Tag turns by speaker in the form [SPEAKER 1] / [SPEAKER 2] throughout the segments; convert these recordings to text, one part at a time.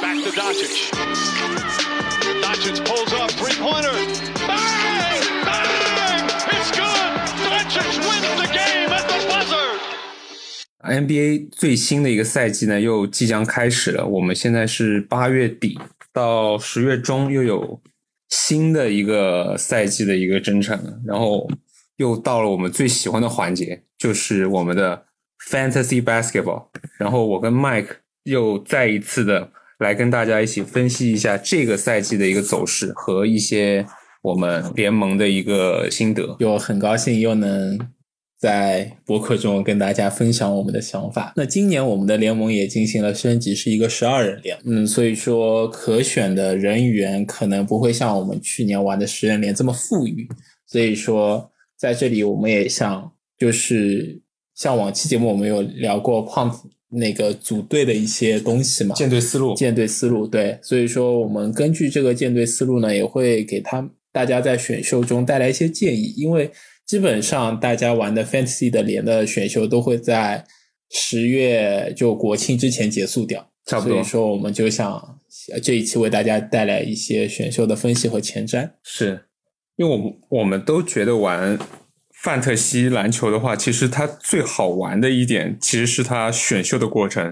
[SPEAKER 1] back to Doncic. Doncic pulls up three-pointer. Bang! Bang! It's good! Doncic wins the game at the buzzer!
[SPEAKER 2] NBA 最新的一个赛季呢，又即将开始了。我们现在是八月底到十月中，又有新的一个赛季的一个征程了。然后又到了我们最喜欢的环节，就是我们的 Fantasy Basketball。然后我跟 Mike 又再一次的来跟大家一起分析一下这个赛季的一个走势和一些我们联盟的一个心得。
[SPEAKER 3] 又很高兴又能在博客中跟大家分享我们的想法。那今年我们的联盟也进行了升级，是一个十二人联。嗯，所以说可选的人员可能不会像我们去年玩的十人联这么富裕。所以说在这里我们也想，就是像往期节目我们有聊过胖子那个组队的一些东西嘛，
[SPEAKER 2] 舰队思路，
[SPEAKER 3] 舰队思路，对，所以说我们根据这个舰队思路呢，也会给他大家在选秀中带来一些建议，因为基本上大家玩的 Fantasy 的联的选秀都会在十月就国庆之前结束掉，
[SPEAKER 2] 差不多
[SPEAKER 3] 所以说我们就想呃这一期为大家带来一些选秀的分析和前瞻。
[SPEAKER 2] 是因为我们我们都觉得玩范特西篮球的话，其实它最好玩的一点其实是它选秀的过程，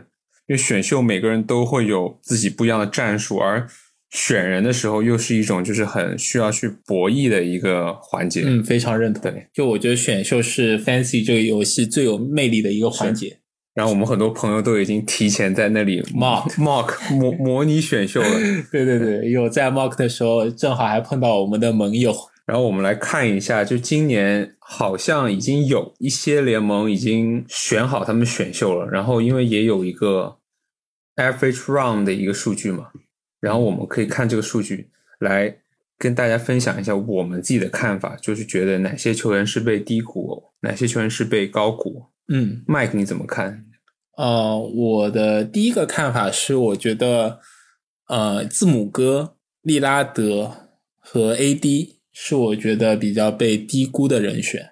[SPEAKER 2] 因为选秀每个人都会有自己不一样的战术，而选人的时候又是一种就是很需要去博弈的一个环节。
[SPEAKER 3] 嗯，非常认同。
[SPEAKER 2] 对，
[SPEAKER 3] 就我觉得选秀是 Fancy 这个游戏最有魅力的一个环节。
[SPEAKER 2] 然后我们很多朋友都已经提前在那里
[SPEAKER 3] Mock
[SPEAKER 2] mock 模模拟选秀了。
[SPEAKER 3] 对对对，有在 Mock 的时候，正好还碰到我们的盟友。
[SPEAKER 2] 然后我们来看一下，就今年好像已经有一些联盟已经选好他们选秀了，然后因为也有一个 average round 的一个数据嘛，然后我们可以看这个数据来跟大家分享一下我们自己的看法，就是觉得哪些球员是被低估，哪些球员是被高估。
[SPEAKER 3] 嗯，
[SPEAKER 2] Mike 你怎么看？
[SPEAKER 3] 呃，我的第一个看法是，我觉得呃，字母哥、利拉德和 AD 是我觉得比较被低估的人选，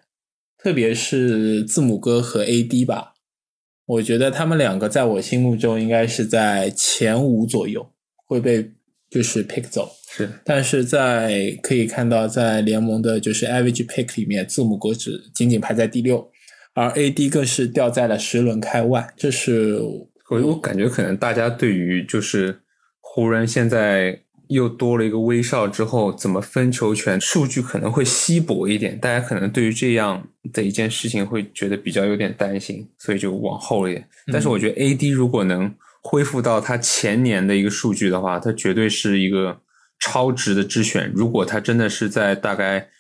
[SPEAKER 3] 特别是字母哥和 AD 吧，我觉得他们两个在我心目中应该是在前五左右会被就是 pick 走。
[SPEAKER 2] 是
[SPEAKER 3] 但是在可以看到，在联盟的就是 average pick 里面，字母哥只仅仅排在第六，而 AD 更是掉在了十轮开外。这是
[SPEAKER 2] 我我感觉可能大家对于就是湖人现在又多了一个威少之后，怎么分球权数据可能会稀薄一点，大家可能对于这样的一件事情会觉得比较有点担心，所以就往后了一点。但是我觉得 AD 如果能恢复到他前年的一个数据的话，他绝对是一个超值的之选。如果他真的是在大概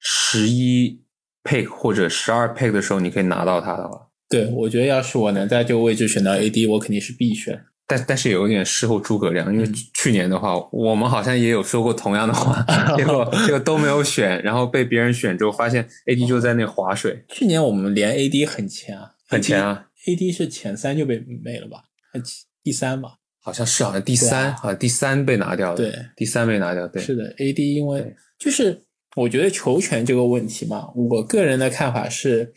[SPEAKER 2] 十一 pick 或者十二 pick 的时候，你可以拿到他的话。
[SPEAKER 3] 对我觉得，要是我能在这个位置选到 AD，我肯定是必选。
[SPEAKER 2] 但但是有一点事后诸葛亮，因为
[SPEAKER 3] 嗯
[SPEAKER 2] 去年的话，我们好像也有说过同样的话， 结果结果都没有选，然后被别人选之后，发现 AD 就在那划水，
[SPEAKER 3] 去年我们连 AD 很前啊，
[SPEAKER 2] 很前啊，
[SPEAKER 3] AD 是前三就被没了吧？还第三吧？
[SPEAKER 2] 好像是好像第
[SPEAKER 3] 对
[SPEAKER 2] 三，
[SPEAKER 3] 啊
[SPEAKER 2] 好像第三被拿掉了，
[SPEAKER 3] 对，
[SPEAKER 2] 第三被拿掉，对，
[SPEAKER 3] 是的，AD 因为
[SPEAKER 2] 对
[SPEAKER 3] 就是我觉得球权这个问题嘛，我个人的看法是，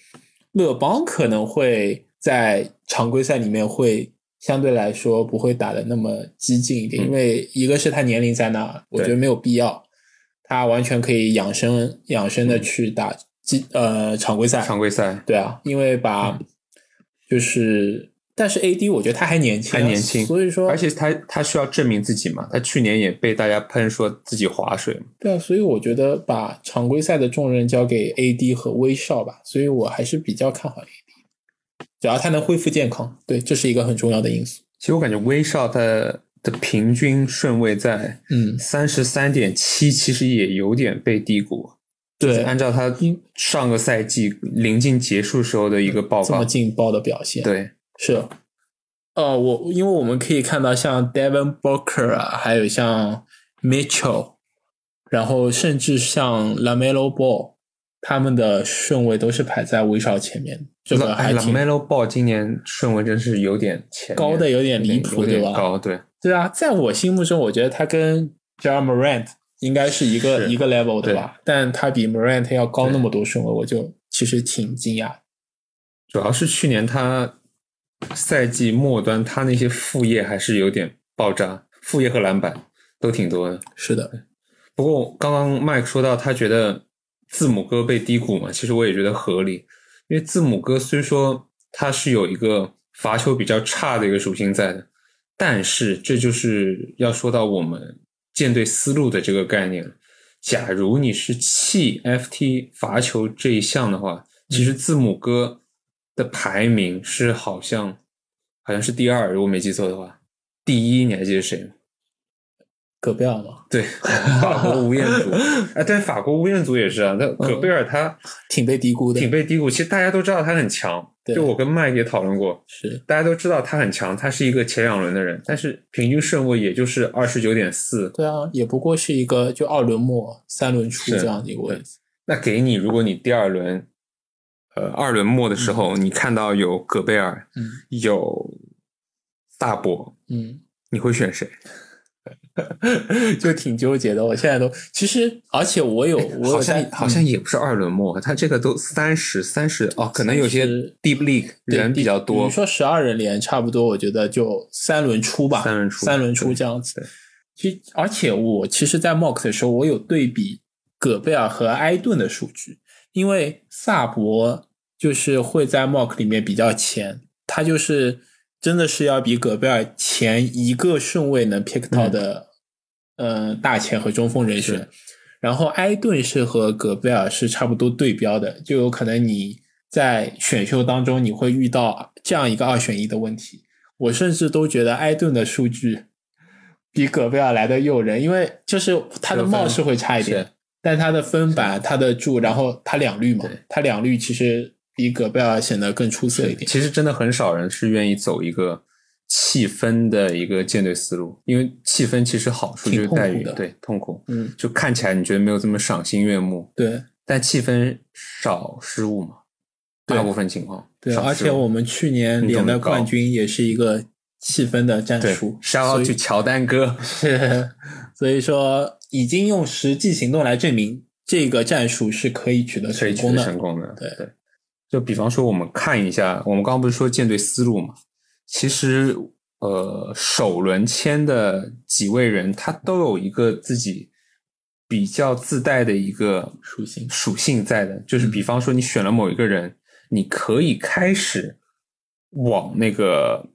[SPEAKER 3] 勒邦可能会在常规赛里面会相对来说不会打的那么激进一点，
[SPEAKER 2] 嗯
[SPEAKER 3] 因为一个是他年龄在那，我
[SPEAKER 2] 对
[SPEAKER 3] 觉得没有必要，他完全可以养生养生的去打激、呃常规赛，
[SPEAKER 2] 嗯常嗯规赛
[SPEAKER 3] 对啊，因为把、就是。但是 AD 我觉得他还年轻啊、
[SPEAKER 2] 还年轻
[SPEAKER 3] 所以说，
[SPEAKER 2] 而且他他需要证明自己嘛，他去年也被大家喷说自己划水嘛，
[SPEAKER 3] 对啊，所以我觉得把常规赛的重任交给 AD 和威少吧，所以我还是比较看好 AD，只要他能恢复健康，对，这是一个很重要的因素。
[SPEAKER 2] 其实我感觉威少他的平均顺位在
[SPEAKER 3] 嗯，
[SPEAKER 2] 三十三点七，其实也有点被低估，
[SPEAKER 3] 对，
[SPEAKER 2] 按照他上个赛季临近结束时候的一个报
[SPEAKER 3] 这么
[SPEAKER 2] 告，
[SPEAKER 3] 劲爆的表现，，
[SPEAKER 2] 对，
[SPEAKER 3] 是。呃，我因为我们可以看到像 Devin Booker 啊，还有像 Mitchell，然后甚至像 Lamelo Ball，他们的顺位都是排在威少前面，这个还
[SPEAKER 2] 拉
[SPEAKER 3] 挺
[SPEAKER 2] 梅洛鲍今年顺位真是有点前面
[SPEAKER 3] 高的有点离谱，
[SPEAKER 2] 有点
[SPEAKER 3] 对吧？
[SPEAKER 2] 高对，
[SPEAKER 3] 对啊，在我心目中，我觉得他跟 j a r Morant 应该是一个
[SPEAKER 2] 是
[SPEAKER 3] 一个 level 的
[SPEAKER 2] 对
[SPEAKER 3] 吧，但他比 Morant 要高
[SPEAKER 2] 对
[SPEAKER 3] 那么多顺位，我就其实挺惊讶。
[SPEAKER 2] 主要是去年他赛季末端他那些副业还是有点爆炸，副业和篮板都挺多的。
[SPEAKER 3] 是的，
[SPEAKER 2] 不过刚刚 Mike 说到他觉得字母哥被低估嘛，其实我也觉得合理，因为字母哥虽说他是有一个罚球比较差的一个属性在的，但是这就是要说到我们舰队思路的这个概念了。假如你是弃 FT 罚球这一项的话，其实字母哥的排名是好像好像是第二，如果没记错的话，第一你还记得谁吗？
[SPEAKER 3] 戈贝尔嘛，
[SPEAKER 2] 对， 法国吴彦 祖，哎，对，法国吴彦祖也是啊。那
[SPEAKER 3] 嗯
[SPEAKER 2] 戈贝尔他
[SPEAKER 3] 挺被低估的，
[SPEAKER 2] 挺被低估，其实大家都知道他很强，
[SPEAKER 3] 对
[SPEAKER 2] 就我跟麦也讨论过，
[SPEAKER 3] 是
[SPEAKER 2] 大家都知道他很强，他是一个前两轮的人，但是平均顺位也就是二十九点四。
[SPEAKER 3] 对啊，也不过是一个就二轮末三轮初
[SPEAKER 2] 是
[SPEAKER 3] 这样的一个位置，
[SPEAKER 2] 那给你，如果你第二轮，呃，二轮末的时候，你看到有戈贝尔，
[SPEAKER 3] 嗯
[SPEAKER 2] 有萨博，
[SPEAKER 3] 嗯，
[SPEAKER 2] 你会选谁？
[SPEAKER 3] 就挺纠结的。我现在都其实，而且我有我有
[SPEAKER 2] 哎
[SPEAKER 3] 嗯
[SPEAKER 2] 好像
[SPEAKER 3] 在
[SPEAKER 2] 好像也不是二轮末，他这个都三十三十哦，可能有些
[SPEAKER 3] 30
[SPEAKER 2] deep league
[SPEAKER 3] 对
[SPEAKER 2] 人比较
[SPEAKER 3] 比
[SPEAKER 2] 多
[SPEAKER 3] 如，说十二人联，差不多我觉得就三轮出吧，
[SPEAKER 2] 三轮出
[SPEAKER 3] 三轮出
[SPEAKER 2] 对
[SPEAKER 3] 这样子
[SPEAKER 2] 对。
[SPEAKER 3] 其实，而且我其实，在 mock 的时候，我有对比戈贝尔和埃顿的数据，因为萨博就是会在 mock 里面比较前，他就是真的是要比戈贝尔前一个顺位能 pick 到的，呃，大前和中锋人选
[SPEAKER 2] 嗯是。
[SPEAKER 3] 然后埃顿是和戈贝尔是差不多对标的，就有可能你在选秀当中你会遇到这样一个二选一的问题。我甚至都觉得埃顿的数据比戈贝尔来的诱人，因为就是他的
[SPEAKER 2] 得分
[SPEAKER 3] 帽是会差一
[SPEAKER 2] 是
[SPEAKER 3] 点，但他的分板、他的助，然后他两率嘛
[SPEAKER 2] 对，
[SPEAKER 3] 他两率其实比戈贝尔显得更出色一点。
[SPEAKER 2] 其实真的很少人是愿意走一个气氛的一个舰队思路，因为气氛其实好处就是在
[SPEAKER 3] 挺痛
[SPEAKER 2] 于
[SPEAKER 3] 苦的
[SPEAKER 2] 对痛苦，
[SPEAKER 3] 嗯，
[SPEAKER 2] 就看起来你觉得没有这么赏心悦目，
[SPEAKER 3] 对
[SPEAKER 2] 但气氛少失误嘛，
[SPEAKER 3] 对
[SPEAKER 2] 大部分情况
[SPEAKER 3] 对，
[SPEAKER 2] 少
[SPEAKER 3] 而
[SPEAKER 2] 失误
[SPEAKER 3] 且我们去年
[SPEAKER 2] 命中
[SPEAKER 3] 连的
[SPEAKER 2] 率高
[SPEAKER 3] 冠军也是一个气氛的战
[SPEAKER 2] 对
[SPEAKER 3] 术，
[SPEAKER 2] shout
[SPEAKER 3] 所
[SPEAKER 2] out
[SPEAKER 3] 以
[SPEAKER 2] to 乔丹哥，
[SPEAKER 3] 是， 所以说已经用实际行动来证明这个战术是可以取得
[SPEAKER 2] 可以
[SPEAKER 3] 成
[SPEAKER 2] 取
[SPEAKER 3] 功
[SPEAKER 2] 得
[SPEAKER 3] 的。
[SPEAKER 2] 成功的。
[SPEAKER 3] 对
[SPEAKER 2] 对，就比方说我们看一下，我们刚刚不是说舰队思路嘛？其实呃，首轮签的几位人，他都有一个自己比较自带的一个
[SPEAKER 3] 属性嗯
[SPEAKER 2] 属性在的，就是比方说你选了某一个人，你可以开始往那个。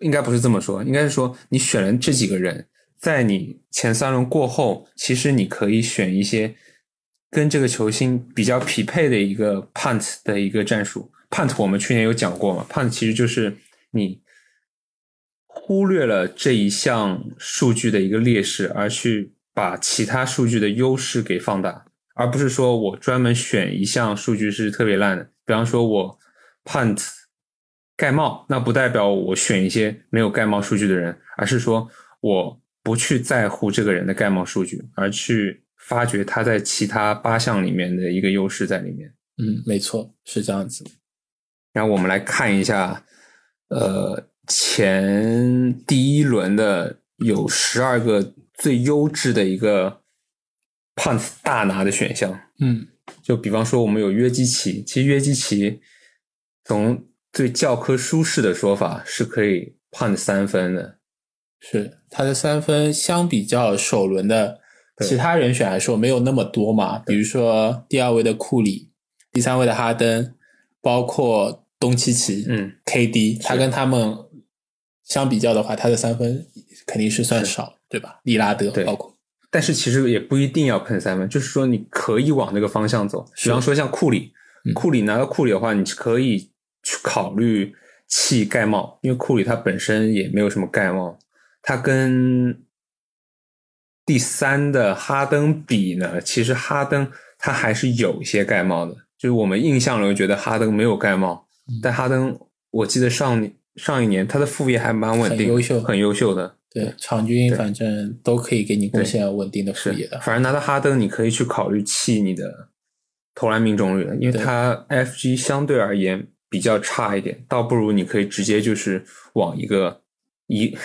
[SPEAKER 2] 应该不是这么说，应该是说你选了这几个人，在你前三轮过后，其实你可以选一些跟这个球星比较匹配的一个 punt 的一个战术。punt 我们去年有讲过嘛，punt 其实就是你忽略了这一项数据的一个劣势，而去把其他数据的优势给放大，而不是说我专门选一项数据是特别烂的。比方说我 punt 盖帽，那不代表我选一些没有盖帽数据的人，而是说我不去在乎这个人的盖帽数据，而去发掘他在其他八项里面的一个优势在里面。
[SPEAKER 3] 嗯，没错，是这样子。
[SPEAKER 2] 然后我们来看一下，呃，前第一轮的有十二个最优质的一个 punt 大拿的选项。
[SPEAKER 3] 嗯，
[SPEAKER 2] 就比方说，我们有约基奇，其实约基奇从最教科书式的说法是可以判三分的，
[SPEAKER 3] 是他的三分相比较首轮的
[SPEAKER 2] 对
[SPEAKER 3] 其他人选来说没有那么多嘛，比如说第二位的库里，第三位的哈登，包括东契奇，
[SPEAKER 2] 嗯
[SPEAKER 3] ，KD，他跟他们相比较的话，他的三分肯定是算少，对吧？利拉德
[SPEAKER 2] 对
[SPEAKER 3] 包括
[SPEAKER 2] 但是其实也不一定要喷三分，就是说你可以往那个方向走。
[SPEAKER 3] 是
[SPEAKER 2] 比方说像库里
[SPEAKER 3] 嗯，
[SPEAKER 2] 库里拿到库里的话，你是可以去考虑弃盖帽，因为库里他本身也没有什么盖帽，他跟第三的哈登比呢，其实哈登他还是有一些盖帽的，就是我们印象里觉得哈登没有盖帽，
[SPEAKER 3] 嗯
[SPEAKER 2] 但哈登我记得上上一年他的副业还蛮稳定的，
[SPEAKER 3] 很优秀
[SPEAKER 2] 很优秀的。
[SPEAKER 3] 对场均
[SPEAKER 2] 对
[SPEAKER 3] 反正都可以给你贡献稳定的副
[SPEAKER 2] 是
[SPEAKER 3] 业的，
[SPEAKER 2] 反正拿到哈登，你可以去考虑弃你的投篮命中率了，因为
[SPEAKER 3] 对
[SPEAKER 2] 他 FG 相对而言比较差一点，倒不如你可以直接就是往一个一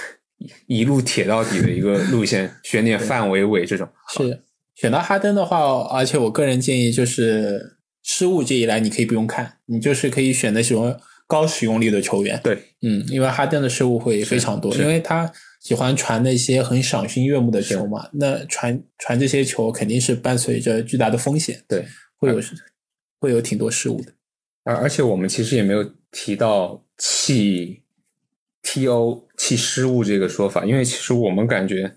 [SPEAKER 2] 一路铁到底的一个路线，选点范伟伟这种。
[SPEAKER 3] 是选到哈登的话，而且我个人建议就是失误这一栏你可以不用看，你就是可以选那种高使用率的球员。
[SPEAKER 2] 对，
[SPEAKER 3] 嗯，因为哈登的失误会非常多，
[SPEAKER 2] 是是
[SPEAKER 3] 因为他喜欢传那些很赏心悦目的球嘛。那传传这些球肯定是伴随着巨大的风险，
[SPEAKER 2] 对，
[SPEAKER 3] 会有会有挺多失误的。
[SPEAKER 2] 而而且我们其实也没有提到弃 TO 弃失误这个说法，因为其实我们感觉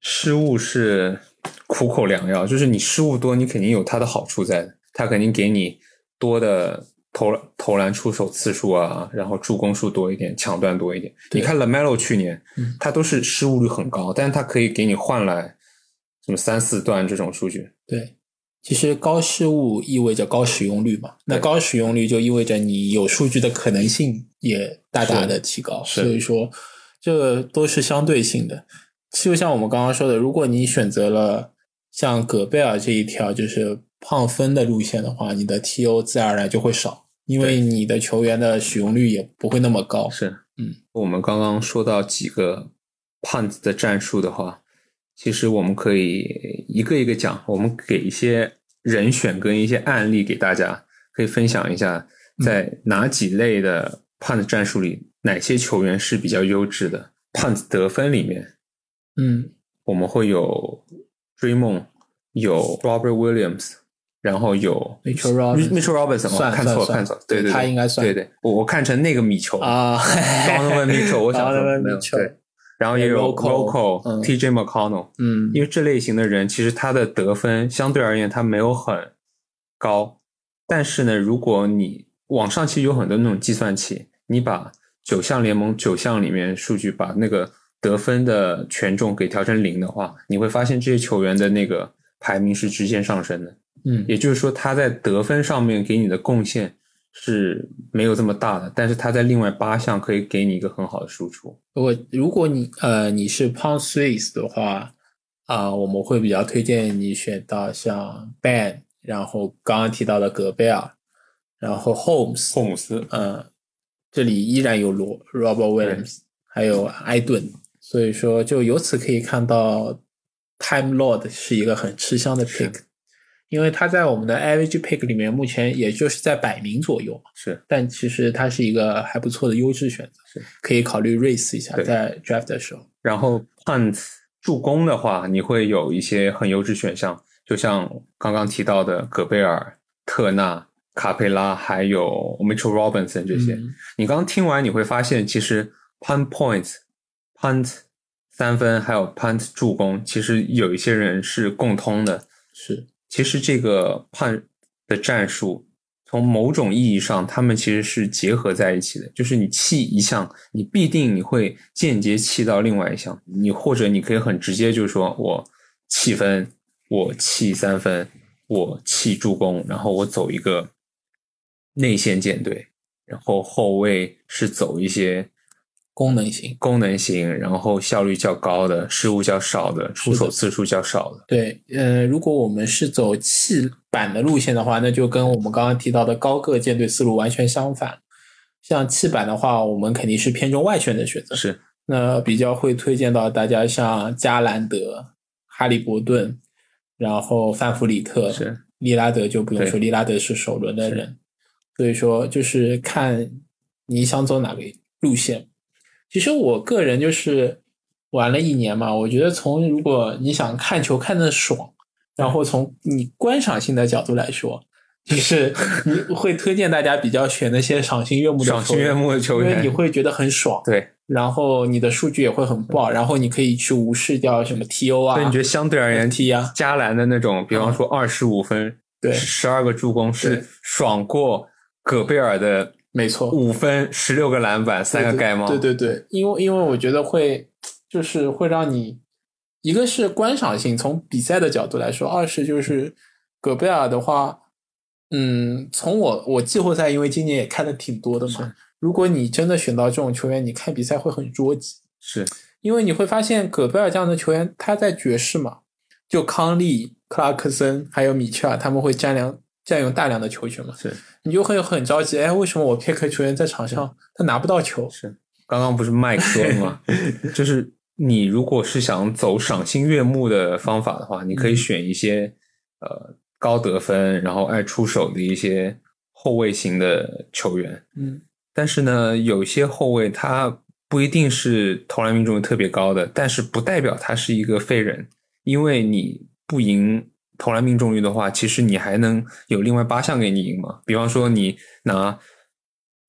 [SPEAKER 2] 失误是苦口良药，就是你失误多，你肯定有它的好处在的，它肯定给你多的投篮投篮出手次数啊，然后助攻数多一点，抢断多一点。
[SPEAKER 3] 对
[SPEAKER 2] 你看 Lamelo 去年
[SPEAKER 3] 嗯，
[SPEAKER 2] 他都是失误率很高，但是他可以给你换来什么三四段这种数据，
[SPEAKER 3] 对，其实高失误意味着高使用率嘛，那
[SPEAKER 2] 对
[SPEAKER 3] 高使用率就意味着你有数据的可能性也大大
[SPEAKER 2] 是
[SPEAKER 3] 的提高，
[SPEAKER 2] 是
[SPEAKER 3] 所以说这都是相对性的。就像我们刚刚说的，如果你选择了像戈贝尔这一条就是胖分的路线的话，你的 TO 自然而然就会少，因为
[SPEAKER 2] 对
[SPEAKER 3] 你的球员的使用率也不会那么高。
[SPEAKER 2] 是，
[SPEAKER 3] 嗯，
[SPEAKER 2] 我们刚刚说到几个胖子的战术的话，其实我们可以一个一个讲，我们给一些人选跟一些案例给大家，可以分享一下，
[SPEAKER 3] 嗯
[SPEAKER 2] 在哪几类的胖子战术里，哪些球员是比较优质的。胖子得分里面，
[SPEAKER 3] 嗯，
[SPEAKER 2] 我们会有追梦，有 Robert Williams，然后有
[SPEAKER 3] Mitchell Robinson
[SPEAKER 2] Mitchell Robinson，
[SPEAKER 3] 算
[SPEAKER 2] 哦看错了，
[SPEAKER 3] 算
[SPEAKER 2] 看错了，
[SPEAKER 3] 对
[SPEAKER 2] 对对，
[SPEAKER 3] 他应该算
[SPEAKER 2] 对对，我我看成那个米球
[SPEAKER 3] 啊，
[SPEAKER 2] 刚问 Mitchell，我想说
[SPEAKER 3] Donovan
[SPEAKER 2] 没有
[SPEAKER 3] Mitchell
[SPEAKER 2] 对，然后也有
[SPEAKER 3] Rocco，嗯
[SPEAKER 2] Rocco、TJ McConnell，
[SPEAKER 3] 嗯，
[SPEAKER 2] 因为这类型的人其实他的得分相对而言他没有很高，但是呢，如果你网上其实有很多那种计算器，你把九项联盟九项里面数据把那个得分的权重给调成零的话，你会发现这些球员的那个排名是直线上升的。
[SPEAKER 3] 嗯
[SPEAKER 2] 也就是说，他在得分上面给你的贡献是没有这么大的，但是他在另外八项可以给你一个很好的输出。
[SPEAKER 3] 如果如果你呃你是 Pound Swiss 的话，啊、我们会比较推荐你选到像 Ban，然后刚刚提到的戈贝尔，然后 Holmes，
[SPEAKER 2] 霍姆斯，
[SPEAKER 3] 嗯，这里依然有罗 Robert Williams，还有艾顿，所以说就由此可以看到，Time Lord 是一个很吃香的 pick，因为他在我们的 average pick 里面，目前也就是在百名左右。
[SPEAKER 2] 是
[SPEAKER 3] 但其实它是一个还不错的优质选择
[SPEAKER 2] 是，
[SPEAKER 3] 可以考虑 race 一下，
[SPEAKER 2] 对
[SPEAKER 3] 在 draft 的时候。
[SPEAKER 2] 然后 punt 助攻的话，你会有一些很优质选项，就像刚刚提到的戈贝尔、特纳、卡佩拉，还有 Mitchell Robinson 这些。
[SPEAKER 3] 嗯
[SPEAKER 2] 你刚听完，你会发现，其实 punt points、punt 三分还有 punt 助攻，其实有一些人是共通的。
[SPEAKER 3] 是
[SPEAKER 2] 其实这个判的战术，从某种意义上，他们其实是结合在一起的。就是你弃一项，你必定你会间接弃到另外一项，你或者你可以很直接，就是说我弃分，我弃三分，我弃助攻，然后我走一个内线舰队，然后后卫是走一些
[SPEAKER 3] 功能型，
[SPEAKER 2] 功能型，然后效率较高的，失误较少的，出手次数较少的。
[SPEAKER 3] 对，呃，如果我们是走气板的路线的话，那就跟我们刚刚提到的高个舰队思路完全相反。像气板的话，我们肯定是偏重外旋的选择，
[SPEAKER 2] 是
[SPEAKER 3] 那比较会推荐到大家像加兰德、哈利伯顿，然后范弗里特，
[SPEAKER 2] 是，
[SPEAKER 3] 利拉德就不用说，
[SPEAKER 2] 对
[SPEAKER 3] 利拉德是首轮的人，所以说就是看你想走哪个路线。其实我个人就是玩了一年嘛，我觉得从如果你想看球看得爽，然后从你观赏性的角度来说， 就是你会推荐大家比较选那些赏心悦目的球员
[SPEAKER 2] 赏心悦目的球
[SPEAKER 3] 因为
[SPEAKER 2] 员
[SPEAKER 3] 你，会觉得很爽，
[SPEAKER 2] 对。
[SPEAKER 3] 然后你的数据也会很爆，然后你可以去无视掉什么 TO 啊，
[SPEAKER 2] 嗯所以你觉得相对而言，
[SPEAKER 3] FT 啊
[SPEAKER 2] 加兰的那种，比方说二十五分，
[SPEAKER 3] 对
[SPEAKER 2] 十二个助攻
[SPEAKER 3] 对
[SPEAKER 2] 是爽过戈贝尔的
[SPEAKER 3] 没错，
[SPEAKER 2] 五分、十六个篮板、三个盖帽。
[SPEAKER 3] 对对对，因为因为我觉得会就是会让你，一个是观赏性，从比赛的角度来说，二是就是戈贝尔的话，嗯，从我我季后赛，因为今年也看的挺多的嘛，如果你真的选到这种球员，你看比赛会很捉急，
[SPEAKER 2] 是
[SPEAKER 3] 因为你会发现戈贝尔这样的球员，他在爵士嘛，就康利、克拉克森还有米切尔，他们会占量占用大量的球权嘛，
[SPEAKER 2] 是
[SPEAKER 3] 你就会很着急，哎，为什么我 p 克球员在场上他拿不到球？
[SPEAKER 2] 是，刚刚不是麦克说了 吗？就是你如果是想走赏心悦目的方法的
[SPEAKER 3] 嗯
[SPEAKER 2] 话，你可以选一些呃高得分，然后爱出手的一些后卫型的球员，
[SPEAKER 3] 嗯，
[SPEAKER 2] 但是呢，有些后卫他不一定是投篮命中率特别高的，但是不代表他是一个废人，因为你不赢投篮命中率的话，其实你还能有另外八项给你赢嘛。比方说你拿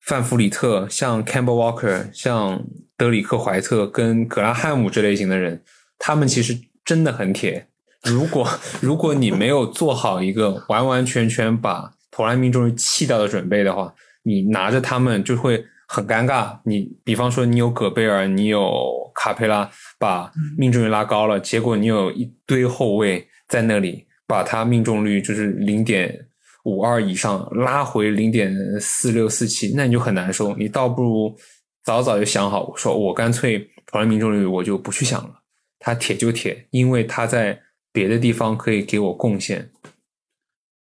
[SPEAKER 2] 范弗里特、像 Campbell Walker、像德里克怀特跟格拉汉姆这类型的人，他们其实真的很铁。如果 如果你没有做好一个完完全全把投篮命中率弃掉的准备的话，你拿着他们就会很尴尬。你比方说，你有戈贝尔，你有卡佩拉，把命中率拉高了，结果你有一堆后卫在那里，把他命中率就是零点五二以上拉回零点四六四七，那你就很难受。你倒不如早早就想好，说我干脆投篮命中率我就不去想了，他铁就铁，因为他在别的地方可以给我贡献。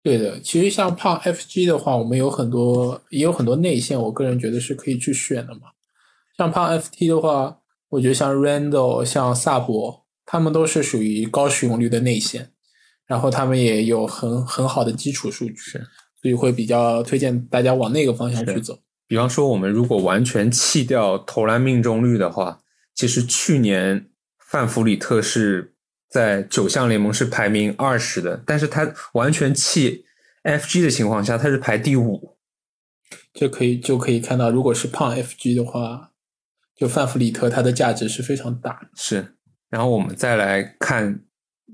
[SPEAKER 3] 对的，其实像胖 FG 的话，我们有很多也有很多内线，我个人觉得是可以去选的嘛。像胖 FT 的话，我觉得像 Randall、像萨博，他们都是属于高使用率的内线，然后他们也有很很好的基础数据，所以会比较推荐大家往那个方向去
[SPEAKER 2] 是
[SPEAKER 3] 走。
[SPEAKER 2] 比方说，我们如果完全弃掉投篮命中率的话，其实去年范弗里特是在九项联盟是排名二十的，但是他完全弃 FG 的情况下，他是排第五。
[SPEAKER 3] 就可以就可以看到，如果是胖 FG 的话，就范弗里特他的价值是非常大的。
[SPEAKER 2] 是，然后我们再来看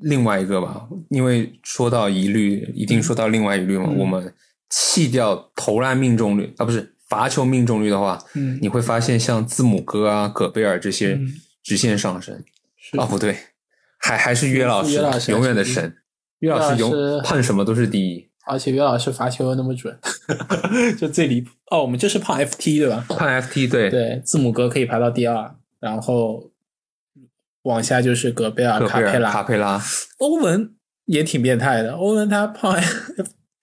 [SPEAKER 2] 另外一个吧，因为说到一律，一定说到另外一律嘛。
[SPEAKER 3] 嗯
[SPEAKER 2] 我们弃掉投篮命中率啊，不是罚球命中率的话，
[SPEAKER 3] 嗯
[SPEAKER 2] 你会发现像字母哥啊、戈贝尔这些
[SPEAKER 3] 嗯
[SPEAKER 2] 直线上升。
[SPEAKER 3] 是
[SPEAKER 2] 哦，不对，还还是约老
[SPEAKER 3] 约
[SPEAKER 2] 师
[SPEAKER 3] 老师，
[SPEAKER 2] 永远的
[SPEAKER 3] 还是
[SPEAKER 2] 神。约老师
[SPEAKER 3] 约老师
[SPEAKER 2] 永碰什么都是第一。
[SPEAKER 3] 而且约老师罚球又那么准， 就最离谱。哦，我们这是胖 FT 对吧？
[SPEAKER 2] 看 FT 对
[SPEAKER 3] 对，字母哥可以排到第二，然后往下就是戈贝尔、
[SPEAKER 2] 戈
[SPEAKER 3] 卡
[SPEAKER 2] 贝
[SPEAKER 3] 佩
[SPEAKER 2] 尔、
[SPEAKER 3] 拉、
[SPEAKER 2] 卡佩拉
[SPEAKER 3] 欧文也挺变态的。欧文他 胖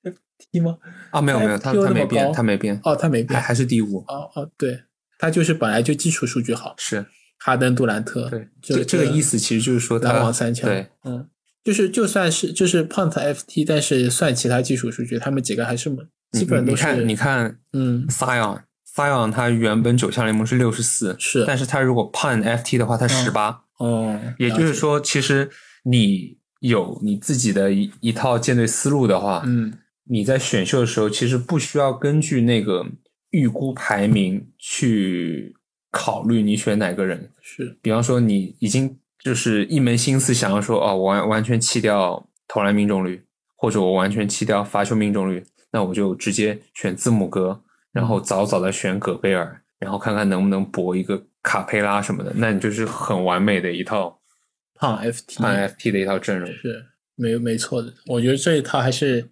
[SPEAKER 3] FT 吗？
[SPEAKER 2] 啊，没有没有，他
[SPEAKER 3] 又
[SPEAKER 2] 他
[SPEAKER 3] 那
[SPEAKER 2] 没
[SPEAKER 3] 么
[SPEAKER 2] 变，
[SPEAKER 3] 高
[SPEAKER 2] 他没变，
[SPEAKER 3] 哦，他没
[SPEAKER 2] 还
[SPEAKER 3] 变。
[SPEAKER 2] 还是第五。
[SPEAKER 3] 哦哦，对，他就是本来就基础数据好。
[SPEAKER 2] 是
[SPEAKER 3] 哈登、杜兰特，
[SPEAKER 2] 对，
[SPEAKER 3] 哦就
[SPEAKER 2] 这这个意思其实就是说他
[SPEAKER 3] 篮网三强。
[SPEAKER 2] 对，
[SPEAKER 3] 嗯，就是就算是就是胖子 FT，但是算其他基础数据，他们几个还是基本上
[SPEAKER 2] 你
[SPEAKER 3] 都
[SPEAKER 2] 你
[SPEAKER 3] 是
[SPEAKER 2] 看你看
[SPEAKER 3] 嗯
[SPEAKER 2] Sion Sion 他原本九项联盟是六十四，
[SPEAKER 3] 是
[SPEAKER 2] 但是他如果判 FT 的话，他十八、
[SPEAKER 3] 哦，
[SPEAKER 2] 也就是
[SPEAKER 3] 了解
[SPEAKER 2] 说，其实你有你自己的一一套舰队思路的话，
[SPEAKER 3] 嗯
[SPEAKER 2] 你在选秀的时候其实不需要根据那个预估排名去考虑你选哪个人，
[SPEAKER 3] 是
[SPEAKER 2] 比方说你已经就是一门心思想要说哦，我完完全弃掉投篮命中率，或者我完全弃掉罚球命中率，那我就直接选字母哥，然后早早的选戈贝尔，然后看看能不能搏一个卡佩拉什么的，那你就是很完美的一套
[SPEAKER 3] 胖 FT
[SPEAKER 2] 看 FT 的一套阵容。
[SPEAKER 3] 是没没错的，我觉得这一套还是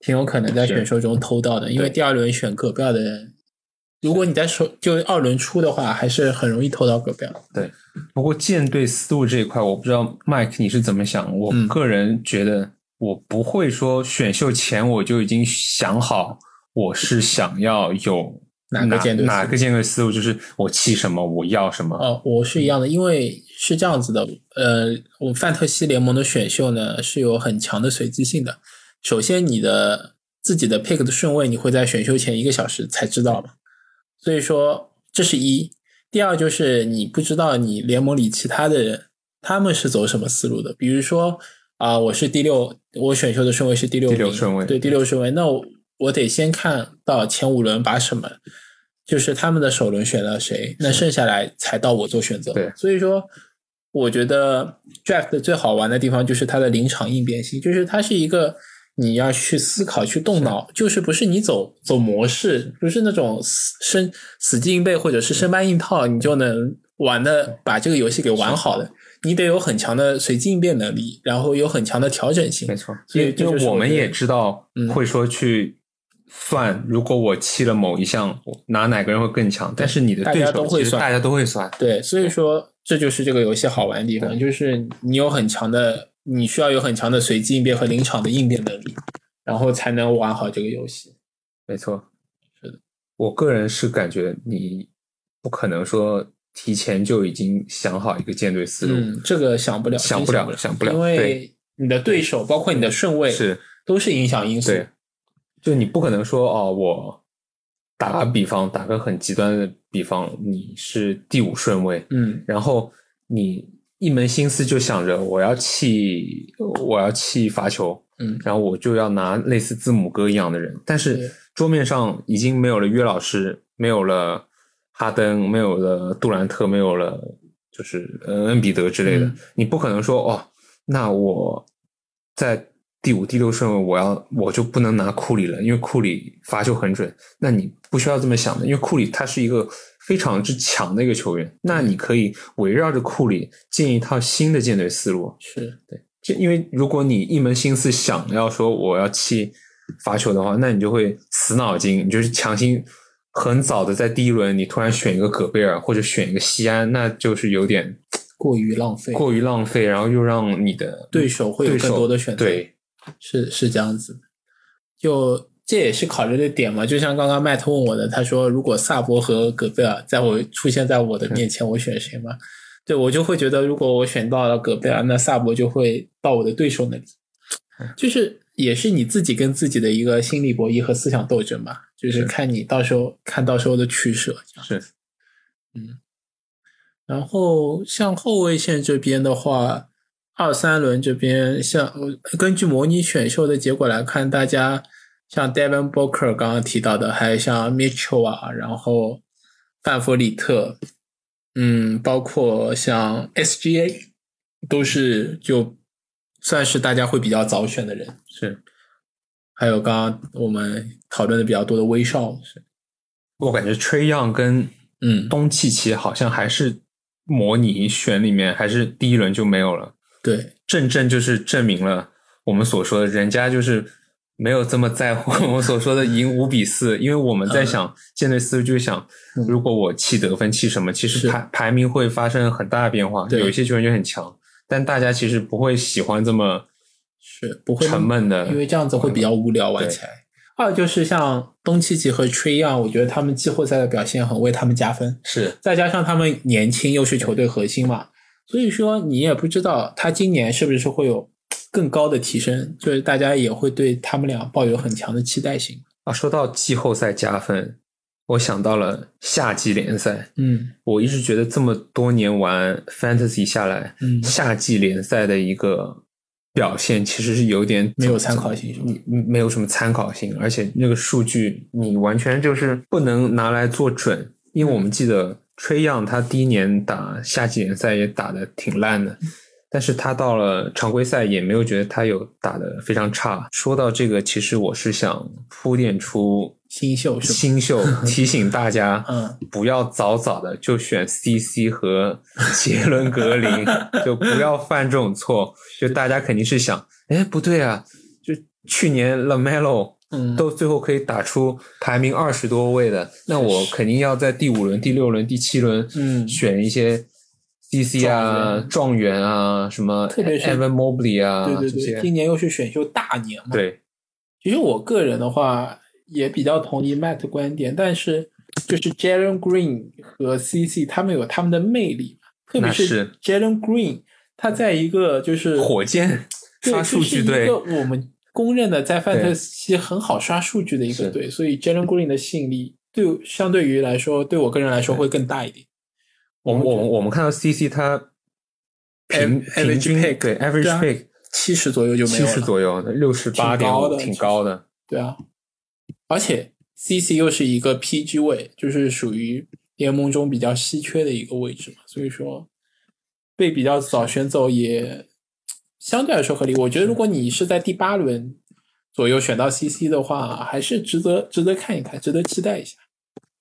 [SPEAKER 3] 挺有可能在选秀中偷到的，因为
[SPEAKER 2] 对
[SPEAKER 3] 第二轮选戈贝尔的人，如果你在首就二轮出的话，还是很容易偷到戈贝尔。
[SPEAKER 2] 不过舰队思路这一块，我不知道 Mike 你是怎么想。我
[SPEAKER 3] 嗯
[SPEAKER 2] 个人觉得，我不会说选秀前我就已经想好我是想要有
[SPEAKER 3] 哪个舰队思路
[SPEAKER 2] 哪个舰队思路，就是我弃什么，我要什么。
[SPEAKER 3] 哦，我是
[SPEAKER 2] 嗯
[SPEAKER 3] 一样的，因为是这样子的，呃，我范特西联盟的选秀呢是有很强的随机性的。首先，你的自己的 pick 的顺位，你会在选秀前一个小时才知道嘛，所以说这是一。第二就是你不知道你联盟里其他的人他们是走什么思路的，比如说啊、我是第六，我选秀的顺位是第六
[SPEAKER 2] 第
[SPEAKER 3] 名，
[SPEAKER 2] 六顺位
[SPEAKER 3] 对第六顺位，那我我得先看到前五轮把什么就是他们的首轮选了谁，那剩下来才到我做选择。
[SPEAKER 2] 对
[SPEAKER 3] 所以说我觉得 draft 的最好玩的地方就是它的临场应变性，就是它是一个你要去思考、去动脑，就是不是你走走模式，不是那种死生死记硬背或者是生搬硬套，你就能玩的把这个游戏给玩好的。你得有很强的随机应变能力，然后有很强的调整性
[SPEAKER 2] 没。错，
[SPEAKER 3] 所
[SPEAKER 2] 因
[SPEAKER 3] 以
[SPEAKER 2] 为
[SPEAKER 3] 这
[SPEAKER 2] 因
[SPEAKER 3] 就是
[SPEAKER 2] 为我
[SPEAKER 3] 我
[SPEAKER 2] 们
[SPEAKER 3] 觉得
[SPEAKER 2] 也知道
[SPEAKER 3] 嗯
[SPEAKER 2] 会说去算，如果我弃了某一项，我拿哪个人会更强。但是你的
[SPEAKER 3] 大
[SPEAKER 2] 对
[SPEAKER 3] 家
[SPEAKER 2] 手
[SPEAKER 3] 都会
[SPEAKER 2] 其实
[SPEAKER 3] 算
[SPEAKER 2] 大家都会算。
[SPEAKER 3] 对，所以说这就是这个游戏好玩的地方，
[SPEAKER 2] 对
[SPEAKER 3] 就是你有很强的，你需要有很强的随机应变和临场的应变能力，然后才能玩好这个游戏。
[SPEAKER 2] 没错，
[SPEAKER 3] 是的。
[SPEAKER 2] 我个人是感觉你不可能说提前就已经想好一个舰队思路，
[SPEAKER 3] 嗯，这个想不了，
[SPEAKER 2] 想
[SPEAKER 3] 真
[SPEAKER 2] 不了
[SPEAKER 3] 不了，
[SPEAKER 2] 想不了
[SPEAKER 3] 因
[SPEAKER 2] 对
[SPEAKER 3] 为你的对手包括你的顺位
[SPEAKER 2] 是
[SPEAKER 3] 都是影响因素。
[SPEAKER 2] 对就你不可能说哦，我打个比方，打个很极端的比方，你是第五顺位，
[SPEAKER 3] 嗯
[SPEAKER 2] 然后你一门心思就想着我要弃我要弃罚球，
[SPEAKER 3] 嗯
[SPEAKER 2] 然后我就要拿类似字母哥一样的人，但
[SPEAKER 3] 对
[SPEAKER 2] 是桌面上已经没有了约老师，没有了哈登，没有了杜兰特，没有了就是呃恩比德之类的，
[SPEAKER 3] 嗯
[SPEAKER 2] 你不可能说哦，那我在第五、第六顺位，我要我就不能拿库里了，因为库里罚球很准。那你不需要这么想的，因为库里他是一个非常之强的一个球员，那
[SPEAKER 3] 嗯
[SPEAKER 2] 你可以围绕着库里建一套新的舰队思路，
[SPEAKER 3] 是
[SPEAKER 2] 这因为如果你一门心思想要说我要弃罚球的话，那你就会死脑筋，你就是强行很早的在第一轮你突然选一个戈贝尔或者选一个西安，那就是有点
[SPEAKER 3] 过于浪费，
[SPEAKER 2] 过于浪费，然后又让你的
[SPEAKER 3] 对手会有
[SPEAKER 2] 对手
[SPEAKER 3] 更多的选择，
[SPEAKER 2] 对
[SPEAKER 3] 是是这样子的，就这也是考虑的点嘛。就像刚刚麦特问我的，他说如果萨博和戈贝尔在我出现在我的面前，我选谁嘛？对我就会觉得，如果我选到了戈贝尔，那萨博就会到我的对手那里，就是也是你自己跟自己的一个心理博弈和思想斗争嘛，就是
[SPEAKER 2] 是
[SPEAKER 3] 看你到时候看到时候的取舍。这样
[SPEAKER 2] 是
[SPEAKER 3] 然后像后卫线这边的话，二三轮这边像呃根据模拟选秀的结果来看，大家像 Devin Booker 刚刚提到的，还有像 Mitchell 啊，然后范弗里特，嗯，包括像 SGA，都是就算是大家会比较早选的人。
[SPEAKER 2] 是，
[SPEAKER 3] 还有刚刚我们讨论的比较多的威少，是
[SPEAKER 2] 我感觉吹样跟
[SPEAKER 3] 嗯，
[SPEAKER 2] 东契奇好像还是模拟选里面还是第一轮就没有了。
[SPEAKER 3] 对，
[SPEAKER 2] 正正就是证明了我们所说的，人家就是没有这么在乎我们所说的赢五比四，因为我们在想舰队思路，就是想
[SPEAKER 3] 嗯
[SPEAKER 2] 如果我弃得分弃什么，其
[SPEAKER 3] 是
[SPEAKER 2] 实排排名会发生很大的变化，
[SPEAKER 3] 对
[SPEAKER 2] 有一些球员就很强，但大家其实不会喜欢这么
[SPEAKER 3] 是不会那
[SPEAKER 2] 沉
[SPEAKER 3] 么
[SPEAKER 2] 闷的，
[SPEAKER 3] 因为这样子会比
[SPEAKER 2] 嗯
[SPEAKER 3] 较无聊玩起来。二就是像东契奇和吹样，我觉得他们季后赛的表现很为他们加分，
[SPEAKER 2] 是
[SPEAKER 3] 再加上他们年轻又是球队核心嘛，所以说你也不知道他今年是不是会有更高的提升，就是大家也会对他们俩抱有很强的期待性。
[SPEAKER 2] 啊。说到季后赛加分，我想到了夏季联赛，
[SPEAKER 3] 嗯
[SPEAKER 2] 我一直觉得这么多年玩 fantasy 下来，
[SPEAKER 3] 嗯
[SPEAKER 2] 夏季联赛的一个表现其实是有点
[SPEAKER 3] 没有参考性是吧
[SPEAKER 2] 你你没有什么参考性，而且那个数据你完全就是不能拿来做准，因为
[SPEAKER 3] 嗯
[SPEAKER 2] 我们记得吹样他第一年打夏季联赛也打得挺烂
[SPEAKER 3] 嗯
[SPEAKER 2] 的。但是他到了常规赛也没有觉得他有打得非常差。说到这个，其实我是想铺垫出
[SPEAKER 3] 新秀是吧
[SPEAKER 2] 新秀， 提醒大家，
[SPEAKER 3] 嗯，
[SPEAKER 2] 不要早早的就选 CC 和杰伦格 林，就不要犯这种错。就大家肯定是想，哎，不对啊，就去年 Lamelo
[SPEAKER 3] 嗯
[SPEAKER 2] 都最后可以打出排名二十多位的，那我肯定要在第五轮、第六轮、第七轮，
[SPEAKER 3] 嗯
[SPEAKER 2] 选一些 CC 啊、状元啊、什么
[SPEAKER 3] 特别是
[SPEAKER 2] Evan Mobley 啊
[SPEAKER 3] 对对
[SPEAKER 2] 这
[SPEAKER 3] 对，
[SPEAKER 2] 些，
[SPEAKER 3] 今年又是选秀大年嘛，
[SPEAKER 2] 对，
[SPEAKER 3] 其实我个人的话也比较同意 Matt 的观点，但是就是 Jalen Green 和 CC 他们有他们的魅力嘛，特别
[SPEAKER 2] 那
[SPEAKER 3] 是
[SPEAKER 2] 是
[SPEAKER 3] Jalen Green，他在一个就是
[SPEAKER 2] 火箭
[SPEAKER 3] 对，
[SPEAKER 2] 刷
[SPEAKER 3] 这
[SPEAKER 2] 数
[SPEAKER 3] 是
[SPEAKER 2] 据
[SPEAKER 3] 一
[SPEAKER 2] 队
[SPEAKER 3] 个，我们公认的在范特西很好刷数据的一个
[SPEAKER 2] 是
[SPEAKER 3] 队，所以 Jalen Green 的吸引力对我相对于来说，对我个人来说会更大一点。
[SPEAKER 2] 我们我们我们看到 CC 他平
[SPEAKER 3] Average
[SPEAKER 2] 平均
[SPEAKER 3] pick
[SPEAKER 2] 对
[SPEAKER 3] 对
[SPEAKER 2] average
[SPEAKER 3] 啊
[SPEAKER 2] pick
[SPEAKER 3] 七十左右就没
[SPEAKER 2] 七
[SPEAKER 3] 有
[SPEAKER 2] 十
[SPEAKER 3] 了，
[SPEAKER 2] 左右，六十八点
[SPEAKER 3] 高
[SPEAKER 2] 五
[SPEAKER 3] 的
[SPEAKER 2] 挺
[SPEAKER 3] 其实
[SPEAKER 2] 高的，
[SPEAKER 3] 对啊，而且 CC 又是一个 PG 位，就是属于联盟中比较稀缺的一个位置嘛，所以说被比较早选走也相对来说合理。我觉得如果你是在第八轮左右选到 CC 的话，还是值得值得看一看，值得期待一下。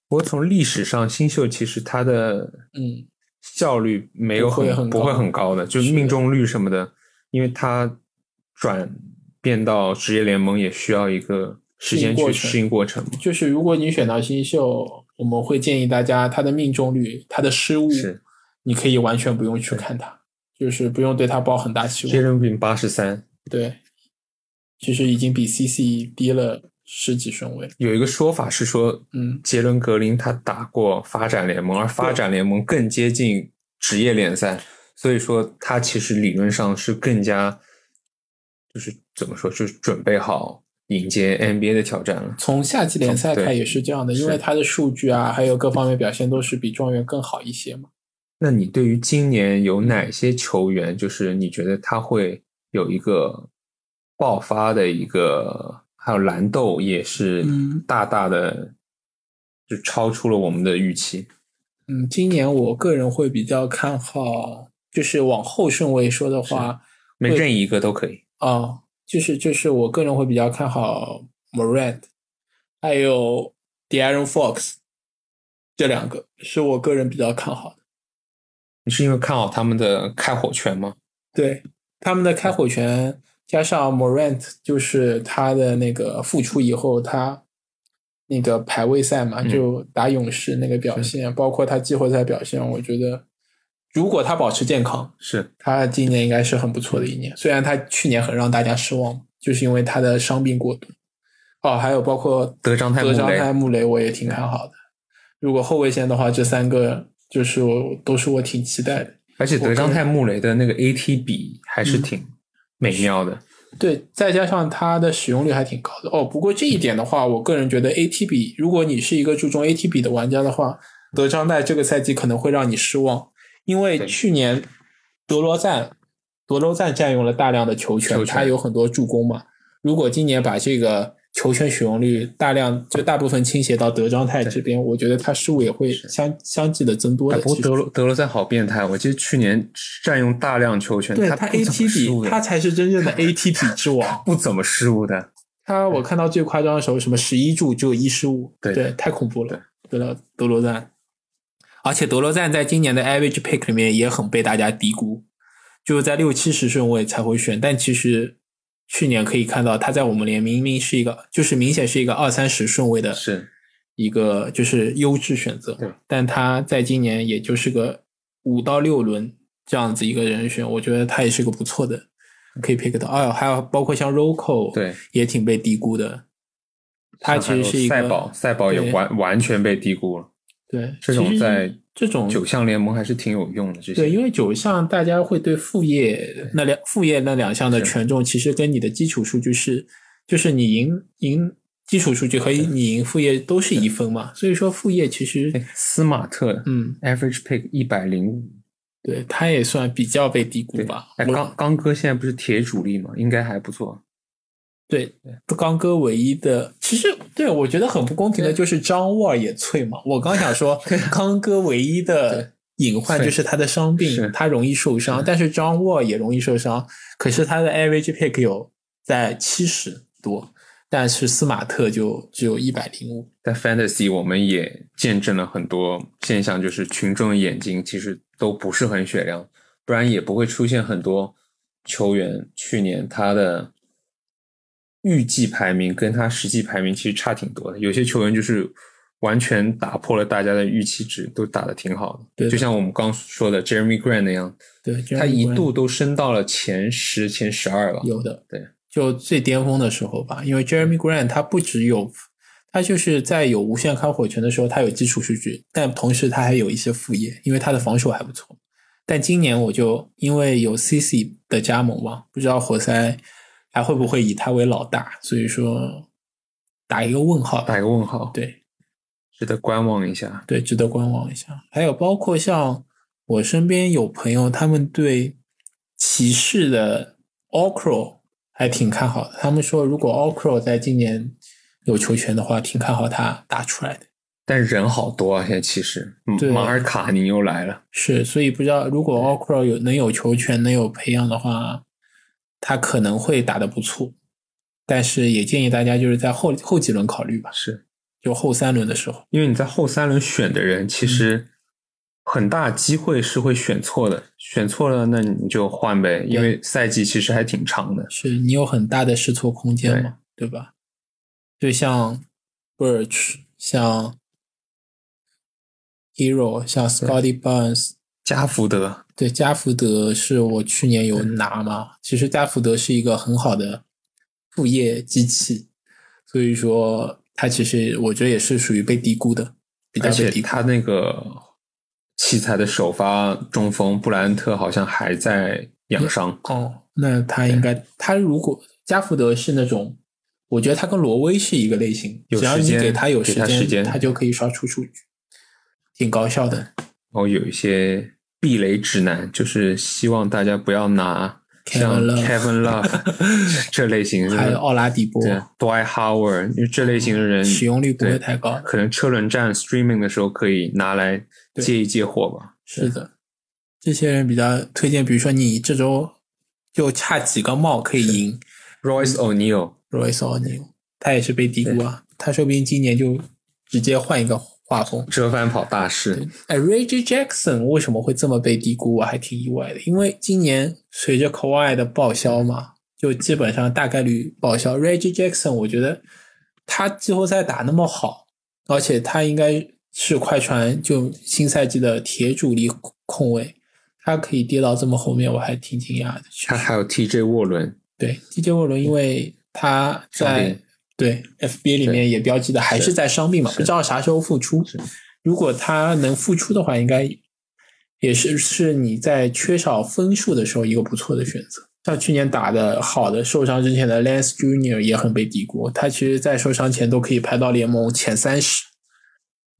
[SPEAKER 2] 不过从历史上，新秀其实他的
[SPEAKER 3] 嗯，
[SPEAKER 2] 效率没有
[SPEAKER 3] 不会很
[SPEAKER 2] 很
[SPEAKER 3] 高
[SPEAKER 2] 不会很高的，就是
[SPEAKER 3] 的
[SPEAKER 2] 命中率什么的，因为他转变到职业联盟也需要一个时间去
[SPEAKER 3] 适
[SPEAKER 2] 适应过程嘛。
[SPEAKER 3] 就是如果你选到新秀，我们会建议大家他的命中率、他的失误，
[SPEAKER 2] 是
[SPEAKER 3] 你可以完全不用去看他，就是不用对他抱很大期望。
[SPEAKER 2] Jalen Green 八十三，
[SPEAKER 3] 对，其实已经比 CC 低了十几顺位。
[SPEAKER 2] 有一个说法是说，
[SPEAKER 3] 嗯，
[SPEAKER 2] 杰伦格林他打过发展联盟，而发展联盟更接近职业联赛，所以说他其实理论上是更加，就是怎么说，就是准备好迎接 NBA 的挑战了。
[SPEAKER 3] 从夏季联赛看也是这样的，
[SPEAKER 2] 对
[SPEAKER 3] 因为
[SPEAKER 2] 是
[SPEAKER 3] 他的数据啊，还有各方面表现都是比状元更好一些嘛。
[SPEAKER 2] 那你对于今年有哪些球员，就是你觉得他会有一个爆发的一个，还有蓝豆也是
[SPEAKER 3] 嗯
[SPEAKER 2] 大大的就超出了我们的预期。
[SPEAKER 3] 嗯，今年我个人会比较看好，就是往后顺位说的话，
[SPEAKER 2] 每任意一个都可以。
[SPEAKER 3] 啊、就是就是我个人会比较看好 Morant，还有 De'Aaron Fox 这两个是我个人比较看好的。
[SPEAKER 2] 你是因为看好他们的开火权吗？
[SPEAKER 3] 对，他们的开火权加上 Morant，就是他的那个复出以后，他那个排位赛嘛，
[SPEAKER 2] 嗯
[SPEAKER 3] 就打勇士那个表现，包括他季后赛表现，我觉得如果他保持健康，
[SPEAKER 2] 是，
[SPEAKER 3] 他今年应该是很不错的一年。虽然他去年很让大家失望，就是因为他的伤病过多。哦，还有包括
[SPEAKER 2] 德章泰
[SPEAKER 3] 德章
[SPEAKER 2] 穆雷
[SPEAKER 3] 泰穆雷，我也挺看好的。如果后卫线的话，这三个就是我都是我挺期待的。
[SPEAKER 2] 而且
[SPEAKER 3] 我
[SPEAKER 2] 德章
[SPEAKER 3] 个人
[SPEAKER 2] 泰穆雷的那个 AT 比还是
[SPEAKER 3] 嗯
[SPEAKER 2] 挺美妙的。
[SPEAKER 3] 对，再加上它的使用率还挺高的哦。不过这一点的话，我个人觉得 ATB，如果你是一个注重 ATB 的玩家的话，德章代这个赛季可能会让你失望，因为
[SPEAKER 2] 对
[SPEAKER 3] 去年德罗赞德罗赞占用了大量的球权，
[SPEAKER 2] 球权
[SPEAKER 3] 他有很多助攻嘛。如果今年把这个球权使用率大量就大部分倾斜到德章泰这边，我觉得他失误也会相相继的增多
[SPEAKER 2] 哎
[SPEAKER 3] 的。
[SPEAKER 2] 不过
[SPEAKER 3] 其实
[SPEAKER 2] 德罗德罗赞好变态，我记得去年占用大量球权，
[SPEAKER 3] 对
[SPEAKER 2] 他
[SPEAKER 3] 他
[SPEAKER 2] 不怎么失误
[SPEAKER 3] ATB，
[SPEAKER 2] 的
[SPEAKER 3] 他才是真正的 ATB 之王。
[SPEAKER 2] 不怎么失误的。
[SPEAKER 3] 他我看到最夸张的时候，什么十一助只有一失误，
[SPEAKER 2] 对
[SPEAKER 3] 太恐怖了。对了，德罗赞，而且德罗赞在今年的 average pick 里面也很被大家低估，就是在六七十顺位才会选，但其实去年可以看到他在我们联明明是一个，就是明显是一个二三十顺位的
[SPEAKER 2] 是
[SPEAKER 3] 一个就是优质选择
[SPEAKER 2] 对，
[SPEAKER 3] 但他在今年也就是个五到六轮这样子一个人选，我觉得他也是个不错的可以 pick 到。哎呦，还有包括像 Rocco，
[SPEAKER 2] 嗯对，
[SPEAKER 3] 也挺被低估的。他其实是一个
[SPEAKER 2] 赛宝，赛宝
[SPEAKER 3] 对
[SPEAKER 2] 也完完全被低估了。
[SPEAKER 3] 对
[SPEAKER 2] 这种
[SPEAKER 3] 其实
[SPEAKER 2] 在
[SPEAKER 3] 这种
[SPEAKER 2] 九项联盟还是挺有用的，这些
[SPEAKER 3] 对，因为九项大家会对副业那两副业那两项的
[SPEAKER 2] 是
[SPEAKER 3] 权重，其实跟你的基础数据是，就是你赢赢基础数据和你赢副业都是一分嘛，所以说副业其实
[SPEAKER 2] 哎斯马特
[SPEAKER 3] 嗯，
[SPEAKER 2] average pick 一百零五，
[SPEAKER 3] 对，他也算比较被低估
[SPEAKER 2] 对
[SPEAKER 3] 吧。
[SPEAKER 2] 哎，
[SPEAKER 3] 我
[SPEAKER 2] 刚刚哥现在不是铁主力嘛，应该还不错。
[SPEAKER 3] 对刚哥唯一的，其实对我觉得很不公平的就是张沃尔也脆嘛。我刚想说，刚哥唯一
[SPEAKER 2] 对
[SPEAKER 3] 的隐患就是他的伤病
[SPEAKER 2] 是，嗯
[SPEAKER 3] 他容易受伤，但是张沃尔也容易受伤。可是他的 average pick 有在七十多，但是斯马特就只有一百零五。
[SPEAKER 2] 在 fantasy 我们也见证了很多现象，就是群众眼睛其实都不是很雪亮，不然也不会出现很多球员去年他的预计排名跟他实际排名其实差挺多的。有些球员就是完全打破了大家的预期值，都打得挺好的。
[SPEAKER 3] 对的
[SPEAKER 2] 就像我们刚说的 Jeremy Grant 那样，
[SPEAKER 3] 对，
[SPEAKER 2] 他
[SPEAKER 3] Jeremy
[SPEAKER 2] 一
[SPEAKER 3] Grant
[SPEAKER 2] 度都升到了前十、前十二吧。
[SPEAKER 3] 有的，
[SPEAKER 2] 对，
[SPEAKER 3] 就最巅峰的时候吧。因为 Jeremy Grant 他不只有，他就是在有无限开火权的时候，他有基础数据，但同时他还有一些副业，因为他的防守还不错。但今年我就因为有 CC 的加盟嘛，不知道活塞还会不会以他为老大，所以说打一个问号吧。
[SPEAKER 2] 打一个问号，，
[SPEAKER 3] 对
[SPEAKER 2] 值得观望一下。
[SPEAKER 3] 对，值得观望一下。还有包括像我身边有朋友，他们对骑士的 Okro 还挺看好的。他们说，如果 Okro 在今年有球权的话，挺看好他打出来的。
[SPEAKER 2] 但人好多啊，现在其实，嗯
[SPEAKER 3] 对
[SPEAKER 2] 马尔卡宁又来了，
[SPEAKER 3] 是，所以不知道如果 Okro 有能有球权，能有培养的话，他可能会打得不错。但是也建议大家就是在后后几轮考虑吧，
[SPEAKER 2] 是
[SPEAKER 3] 就后三轮的时候。
[SPEAKER 2] 因为你在后三轮选的人，其实很大机会是会选错的，选错了那你就换呗，因为赛季其实还挺长的。
[SPEAKER 3] 是你有很大的试错空间嘛，对吧？就像 Birch、像 Hero、像 Scotty Barnes，
[SPEAKER 2] 加福德
[SPEAKER 3] 对加福德是我去年有拿嘛。其实加福德是一个很好的副业机器，所以说它其实我觉得也是属于被低估的，比较
[SPEAKER 2] 而
[SPEAKER 3] 被
[SPEAKER 2] 且
[SPEAKER 3] 低估。
[SPEAKER 2] 他那个器材的首发中锋布莱恩特好像还在养伤，
[SPEAKER 3] 哦，那他应该，他如果加福德是那种我觉得他跟罗威是一个类型，
[SPEAKER 2] 有
[SPEAKER 3] 只要
[SPEAKER 2] 时
[SPEAKER 3] 你
[SPEAKER 2] 间
[SPEAKER 3] 给他有
[SPEAKER 2] 给他时间
[SPEAKER 3] 他就可以刷出数据，挺高效的。
[SPEAKER 2] 然后有一些避雷指南，就是希望大家不要拿像
[SPEAKER 3] Kevin Love
[SPEAKER 2] Kevin Love 这类型的，
[SPEAKER 3] 还有奥拉迪波，
[SPEAKER 2] 对 Dwight Howard，因为这类型的人
[SPEAKER 3] 嗯使用率不会
[SPEAKER 2] 对
[SPEAKER 3] 太高。
[SPEAKER 2] 可能车轮战 streaming 的时候可以拿来
[SPEAKER 3] 对
[SPEAKER 2] 借一借火吧。
[SPEAKER 3] 是的，这些人比较推荐，比如说你这周就差几个帽可以赢
[SPEAKER 2] Royce O'Neal，
[SPEAKER 3] Royce O'Neal，他也是被低估啊，他说不定今年就直接换一个画风。
[SPEAKER 2] 折返跑大师，
[SPEAKER 3] 哎，Reggie Jackson 为什么会这么被低估？我还挺意外的，因为今年随着 Kawhi 的报销嘛，就基本上大概率报销。Reggie Jackson 我觉得他季后赛打那么好，而且他应该是快船就新赛季的铁主力控卫，他可以跌到这么后面，我还挺惊讶的。
[SPEAKER 2] 他还有 TJ 沃伦，
[SPEAKER 3] 对，DJ 沃伦，因为他
[SPEAKER 2] 伤
[SPEAKER 3] 在
[SPEAKER 2] 病
[SPEAKER 3] 对 FBA 里面也标记的还是在伤病嘛，不知道啥时候复出
[SPEAKER 2] 是。
[SPEAKER 3] 如果他能复出的话，应该也是是你在缺少分数的时候一个不错的选择。像去年打的好的受伤之前的 Lance Junior 也很被低估，他其实在受伤前都可以排到联盟前三十，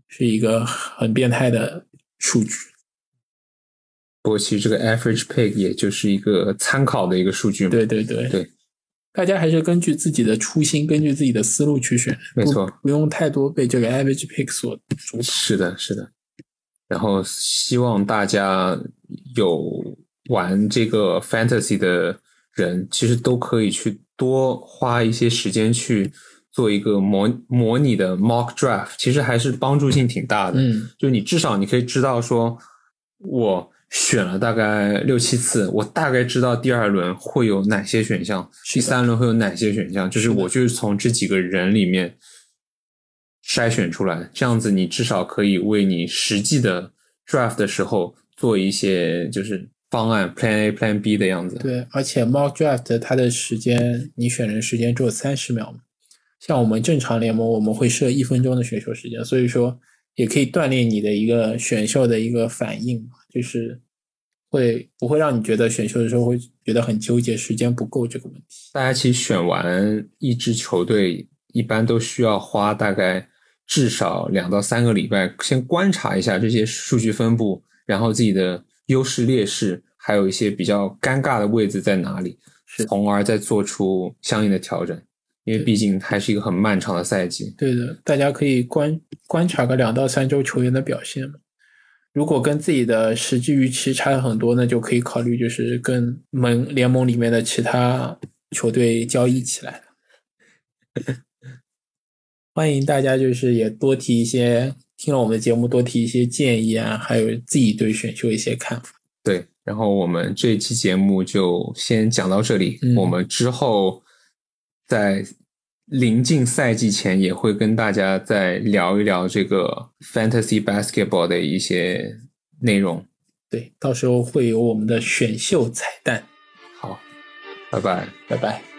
[SPEAKER 3] 是一个很变态的数据。
[SPEAKER 2] 不过其实这个 average pick 也就是一个参考的一个数据嘛。
[SPEAKER 3] 对对对
[SPEAKER 2] 对，
[SPEAKER 3] 大家还是根据自己的初心，根据自己的思路去选，
[SPEAKER 2] 没错
[SPEAKER 3] 不，不用太多被这个 average pick 所主导。
[SPEAKER 2] 是的，是的。然后希望大家有玩这个 fantasy 的人，其实都可以去多花一些时间去做一个模模拟的 mock draft，其实还是帮助性挺大的。
[SPEAKER 3] 嗯，
[SPEAKER 2] 就你至少你可以知道说，我选了大概六七次，我大概知道第二轮会有哪些选项，第三轮会有哪些选项，就是我就是从这几个人里面筛选出来，这样子你至少可以为你实际的 draft 的时候做一些就是方案 plan A plan B 的样子。
[SPEAKER 3] 对，而且 mock draft 它的时间，你选人时间只有三十秒嘛。像我们正常联盟，我们会设一分钟的选秀时间，所以说也可以锻炼你的一个选秀的一个反应嘛，就是会不会让你觉得选秀的时候会觉得很纠结，时间不够这个问题。
[SPEAKER 2] 大家其实选完一支球队，一般都需要花大概至少两到三个礼拜，先观察一下这些数据分布，然后自己的优势劣势，还有一些比较尴尬的位置在哪里，
[SPEAKER 3] 是
[SPEAKER 2] 从而再做出相应的调整。因为
[SPEAKER 3] 对
[SPEAKER 2] 毕竟还是一个很漫长的赛季，
[SPEAKER 3] 对的，大家可以观观察个两到三周球员的表现嘛。如果跟自己的实际预期差很多，那就可以考虑就是跟盟联盟里面的其他球队交易起来了。 欢迎大家就是也多提一些，听了我们的节目多提一些建议啊，还有自己对选秀一些看法。
[SPEAKER 2] 对。然后我们这一期节目就先讲到这里，
[SPEAKER 3] 嗯
[SPEAKER 2] 我们之后在临近赛季前也会跟大家再聊一聊这个 fantasy basketball 的一些内容。
[SPEAKER 3] 对，到时候会有我们的选秀彩蛋。
[SPEAKER 2] 好，拜拜。
[SPEAKER 3] 拜拜。